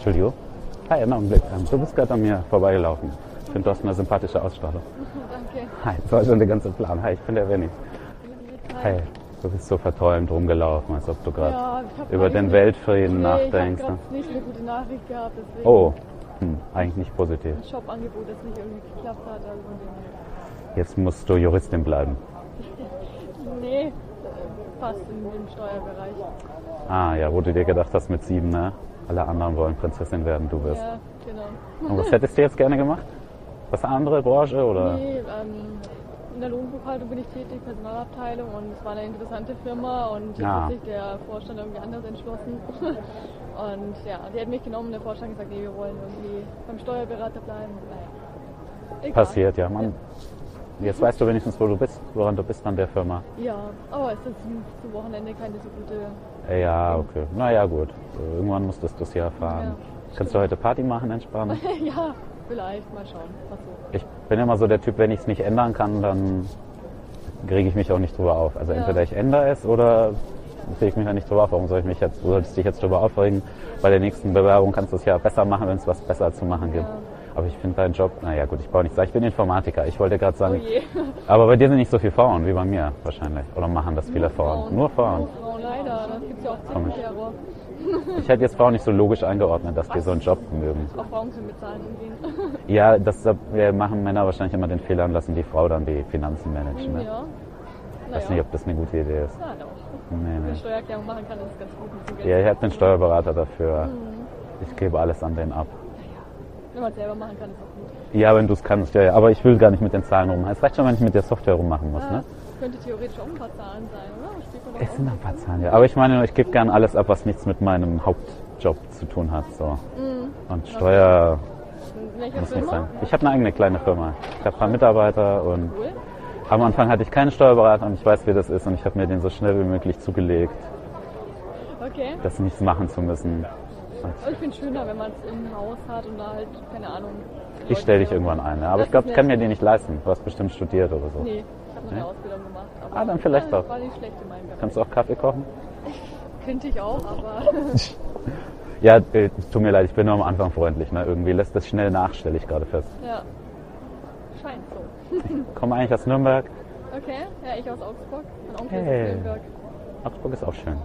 Studio. Hi, Emma und Blick. Ähm, Du bist gerade an mir vorbeigelaufen. Ich finde, du hast eine sympathische Ausstrahlung. Danke. Hi, das war schon der ganze Plan. Hi, ich bin der Winnie. Hi. Hey, du bist so verträumt rumgelaufen, als ob du gerade Ja, ich hab über den eigentlich- Weltfrieden Ich nachdenkst. habe Ne? gerade nicht eine gute Nachricht gehabt, deswegen Oh, hm, eigentlich nicht positiv. ein Jobangebot, das nicht irgendwie geklappt hat. Also Jetzt musst du Juristin bleiben. nee, äh, fast im, im Steuerbereich. Ah ja, wo du dir gedacht hast mit sieben, ne? Alle anderen wollen Prinzessin werden, du wirst. Ja, genau. Und was hättest du jetzt gerne gemacht? Was eine andere Branche oder? Nee, ähm, in der Lohnbuchhaltung bin ich tätig, Personalabteilung und es war eine interessante Firma und jetzt Ja. hat sich der Vorstand irgendwie anders entschlossen. Und ja, die hat mich genommen und der Vorstand hat gesagt, nee, wir wollen irgendwie beim Steuerberater bleiben. Naja. Egal. Passiert, ja, Mann. Jetzt weißt du wenigstens, wo du bist, woran du bist an der Firma. Ja, aber es ist zum Wochenende keine so gute Äh, Ja, okay. Naja, gut. Irgendwann musstest du es ja erfahren. Ja, Kannst du heute Party machen, entspannen? ja, vielleicht, mal schauen. Was so. Ich bin immer so der Typ, wenn ich es nicht ändern kann, dann kriege ich mich auch nicht drüber auf. Also Ja. entweder ich ändere es oder kriege ich mich da nicht drüber auf. Warum soll ich mich jetzt, du solltest dich jetzt drüber aufregen? Bei der nächsten Bewerbung kannst du es ja besser machen, wenn es was besser zu machen gibt. Ja. Aber ich finde deinen Job, naja gut, ich baue nichts. Ich bin Informatiker. Ich wollte gerade Oh sagen, je. aber bei dir sind nicht so viele Frauen wie bei mir wahrscheinlich. Oder machen das viele Frauen? Nur Frauen. Nur Frauen, leider. Das gibt ja auch Komisch. ziemlich Terror. Ich hätte jetzt Frauen nicht so logisch eingeordnet, dass die so einen Job mögen. Auch Frauen können mit Zahlen umgehen. Ja, das äh, wir machen Männer wahrscheinlich immer den Fehler und lassen die Frau dann die Finanzen managen. Ne? Ja. Ich weiß nicht, ob das eine gute Idee ist. Na doch. Nee, Wenn nee. ich Steuererklärung machen kann, ist es ganz gut. mit dem Geld. Ja, ich habe den Steuerberater dafür. Mhm. Ich gebe alles an den ab. Wenn man es selber machen kann, ist auch gut. Ja, wenn du es kannst, ja, ja. Aber ich will gar nicht mit den Zahlen rum. Es reicht schon, wenn ich mit der Software rummachen muss, Ja, ne? Könnte theoretisch auch ein paar Zahlen sein, oder? Spielt man doch Es auch. sind noch ein paar Zahlen, ja. Aber ich meine, ich gebe gern alles ab, was nichts mit meinem Hauptjob zu tun hat. So. Und Steuer In welcher muss nicht Mhm. Firma? sein. Ich habe eine eigene kleine Firma. Ich habe ein paar Mitarbeiter und Cool. am Anfang hatte ich keinen Steuerberater und ich weiß, wie das ist und ich habe mir den so schnell wie möglich zugelegt, Okay. das nichts machen zu müssen. Und Aber ich finde es schöner, wenn man es im Haus hat und da halt, keine Ahnung. Leute ich stelle dich selber- irgendwann ein. ne? Aber Das ich glaube, ist ich kann mir nett. den nicht leisten. Du hast bestimmt studiert oder so. Nee, ich habe noch eine Ausbildung gemacht. aber- Ah, dann vielleicht Ja, doch. War nicht schlecht in meinem Bereich. Kannst du auch Kaffee kochen? Könnte ich auch, aber Ja, äh, tut mir leid, ich bin nur am Anfang freundlich. Ne? Irgendwie lässt das schnell nach, stelle ich gerade fest. ja. Scheint so. Komme eigentlich aus Nürnberg. Okay, ja, ich aus Augsburg. Mein Onkel Hey. ist aus Nürnberg. Augsburg ist auch schön.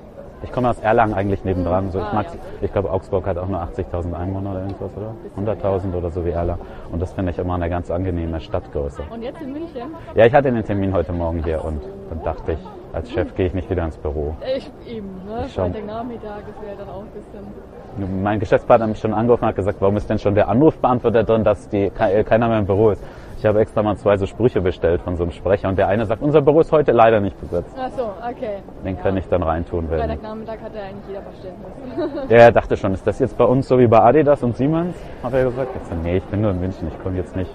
Ich komme aus Erlangen eigentlich nebendran. So, ich Ah, mag, ja. ich glaube, Augsburg hat auch nur 80.000 Einwohner oder irgendwas, oder? 100.000 oder so wie Erlangen. Und das finde ich immer eine ganz angenehme Stadtgröße. Und jetzt in München? Ja, ich hatte den Termin heute Morgen hier und dann dachte ich, als Chef gehe ich nicht wieder ins Büro. Äh, Ich eben, ne? Ich schau. Freitagnachmittag, das wäre dann auch ein bisschen. Mein Geschäftspartner hat mich schon angerufen und hat gesagt, warum ist denn schon der Anrufbeantworter drin, dass die, ke- äh, keiner mehr im Büro ist. Ich habe extra mal zwei so Sprüche bestellt von so einem Sprecher und der eine sagt, unser Büro ist heute leider nicht besetzt. Ach so, okay. Den kann ich dann reintun. Wenn. Freitagnachmittag hat ja eigentlich jeder Verständnis. Der dachte schon, ist das jetzt bei uns so wie bei Adidas und Siemens? Hat er gesagt. Ich so, nee, ich bin nur in München, ich komme jetzt nicht.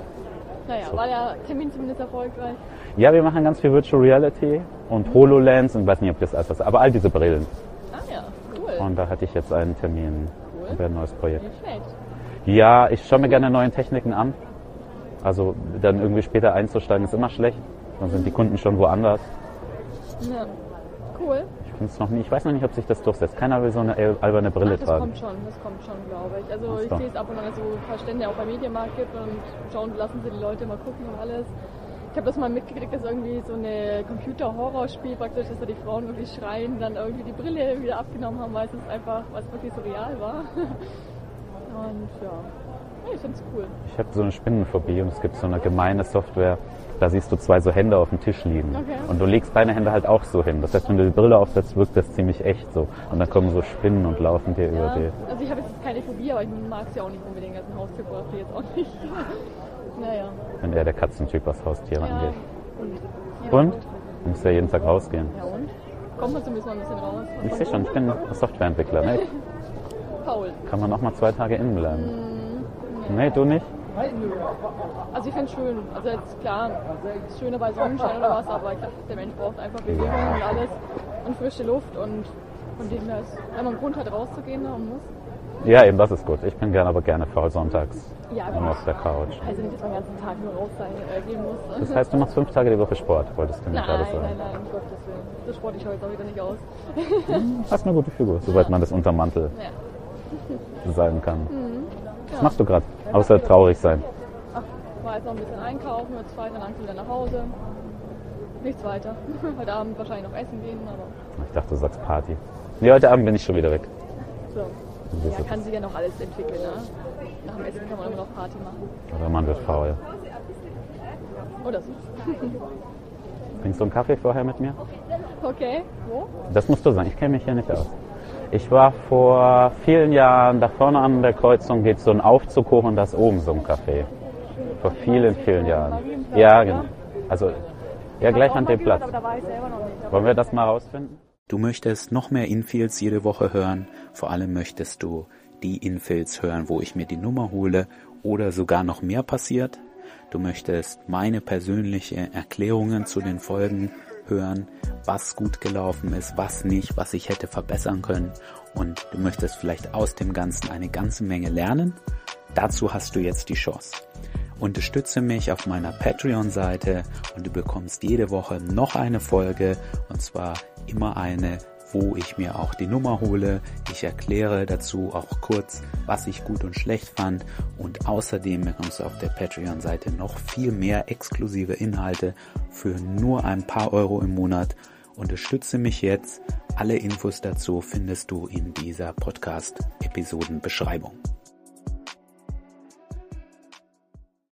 naja, war der Termin zumindest erfolgreich. Ja, wir machen ganz viel Virtual Reality und HoloLens und weiß nicht, ob das alles was, aber all diese Brillen. Ah ja, cool. Und da hatte ich jetzt einen Termin Cool. für ein neues Projekt. Nicht schlecht. Ja, ich schaue mir gerne neue Techniken an. Also dann irgendwie später einzusteigen ist immer schlecht. Dann sind die Kunden schon woanders. Ja. Cool. Ich, find's noch nie, ich weiß noch nicht, ob sich das durchsetzt. Keiner will so eine al- alberne Brille Ach, das tragen. kommt schon, das kommt schon, glaube ich. Also Ach ich so. sehe es ab und an, dass es so ein paar Stände auch beim Medienmarkt gibt und schauen, lassen sie die Leute mal gucken und alles. Ich habe das mal mitgekriegt, dass irgendwie so eine Computer-Horror-Spiel praktisch, dass da die Frauen wirklich schreien, dann irgendwie die Brille wieder abgenommen haben, weil es einfach, weil es wirklich so real war. Und ja, ja ich finde es cool. Ich habe so eine Spinnenphobie und es gibt so eine gemeine Software. Da siehst du zwei so Hände auf dem Tisch liegen. Okay. Und du legst deine Hände halt auch so hin. Das heißt, wenn du die Brille aufsetzt, wirkt das ziemlich echt so. Und dann kommen so Spinnen und laufen dir über Ja, die. also ich habe jetzt keine Phobie, aber ich mag es ja auch nicht unbedingt. Also ein Haustier braucht ich jetzt auch nicht. naja. Ich bin eher der Katzentyp, was Haustiere Ja. angeht. Und? Ja. Und? Du musst ja jeden Tag rausgehen. Ja und? Kommt man zumindest mal ein bisschen raus. Ich sehe schon, ich bin Softwareentwickler. Ne? Paul. Kann man noch mal zwei Tage innen bleiben? Nee, du nicht? Also ich fände es schön. Also jetzt klar, ist schöner bei Sonnenschein oder was, aber ich glaube, der Mensch braucht einfach Bewegung Ja. und alles und frische Luft und von dem her ist, wenn man einen Grund hat rauszugehen ne, und muss. Ja, eben, das ist gut. Ich bin gerne, aber gerne faul sonntags. Ja, Nur gut. auf der Couch. Also nicht, dass man den ganzen Tag nur raus sein äh, gehen muss. Das heißt, du machst fünf Tage die Woche Sport, wolltest du mir nein, gerade sagen. nein, nein, um Gottes Willen. So sportlich schaue ich auch wieder nicht aus. Hast eine gute Figur, soweit man das unterm Mantel Ja. sein kann. Was machst du gerade? Außer traurig sein. Ach, war jetzt noch ein bisschen einkaufen, jetzt fahre ich dann langsam wieder nach Hause. Nichts weiter. Heute Abend wahrscheinlich noch essen gehen, aber Ich dachte, du sagst Party. Nee, heute Abend bin ich schon wieder weg. so. Das ist Ja, es. kann sich ja noch alles entwickeln, ne? Nach dem Essen kann man immer noch Party machen. Oder man wird faul. Oder so. Trinkst du einen Kaffee vorher mit mir? Okay, wo? Das musst du sagen, ich kenne mich hier nicht aus. Ich war vor vielen Jahren, da vorne an der Kreuzung geht so ein Aufzug hoch und da ist oben so ein Café. Vor vielen, vielen Jahren. Ja, genau. Also, ja, gleich an dem Platz. Aber da war ich selber noch nicht. Wollen wir das mal rausfinden? Du möchtest noch mehr Infills jede Woche hören. Vor allem möchtest du die Infills hören, wo ich mir die Nummer hole oder sogar noch mehr passiert. Du möchtest meine persönliche Erklärungen zu den Folgen hören, was gut gelaufen ist, was nicht, was ich hätte verbessern können. Und du möchtest vielleicht aus dem Ganzen eine ganze Menge lernen. Dazu hast du jetzt die Chance. Unterstütze mich auf meiner Patreon-Seite und du bekommst jede Woche noch eine Folge und zwar immer eine, wo ich mir auch die Nummer hole. Ich erkläre dazu auch kurz, was ich gut und schlecht fand und außerdem bekommst du auf der Patreon-Seite noch viel mehr exklusive Inhalte für nur ein paar Euro im Monat. Unterstütze mich jetzt. Alle Infos dazu findest du in dieser Podcast-Episodenbeschreibung.